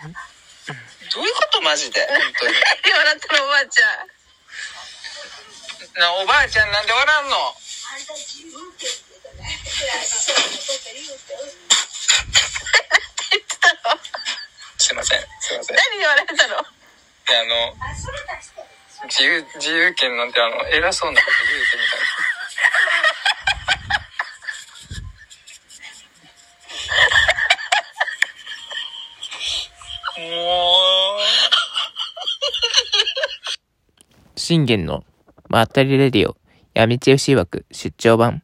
どういうことマジで本当に。笑ってるおばあちゃん。 なおばあちゃんなんで笑うの言ってたのすいません。すいません。何に笑えたのであの、自由、自由権なんてあの、偉そうなこと言うてみたいな。もう、信玄のまったりレディオ、やみつよし枠出張版。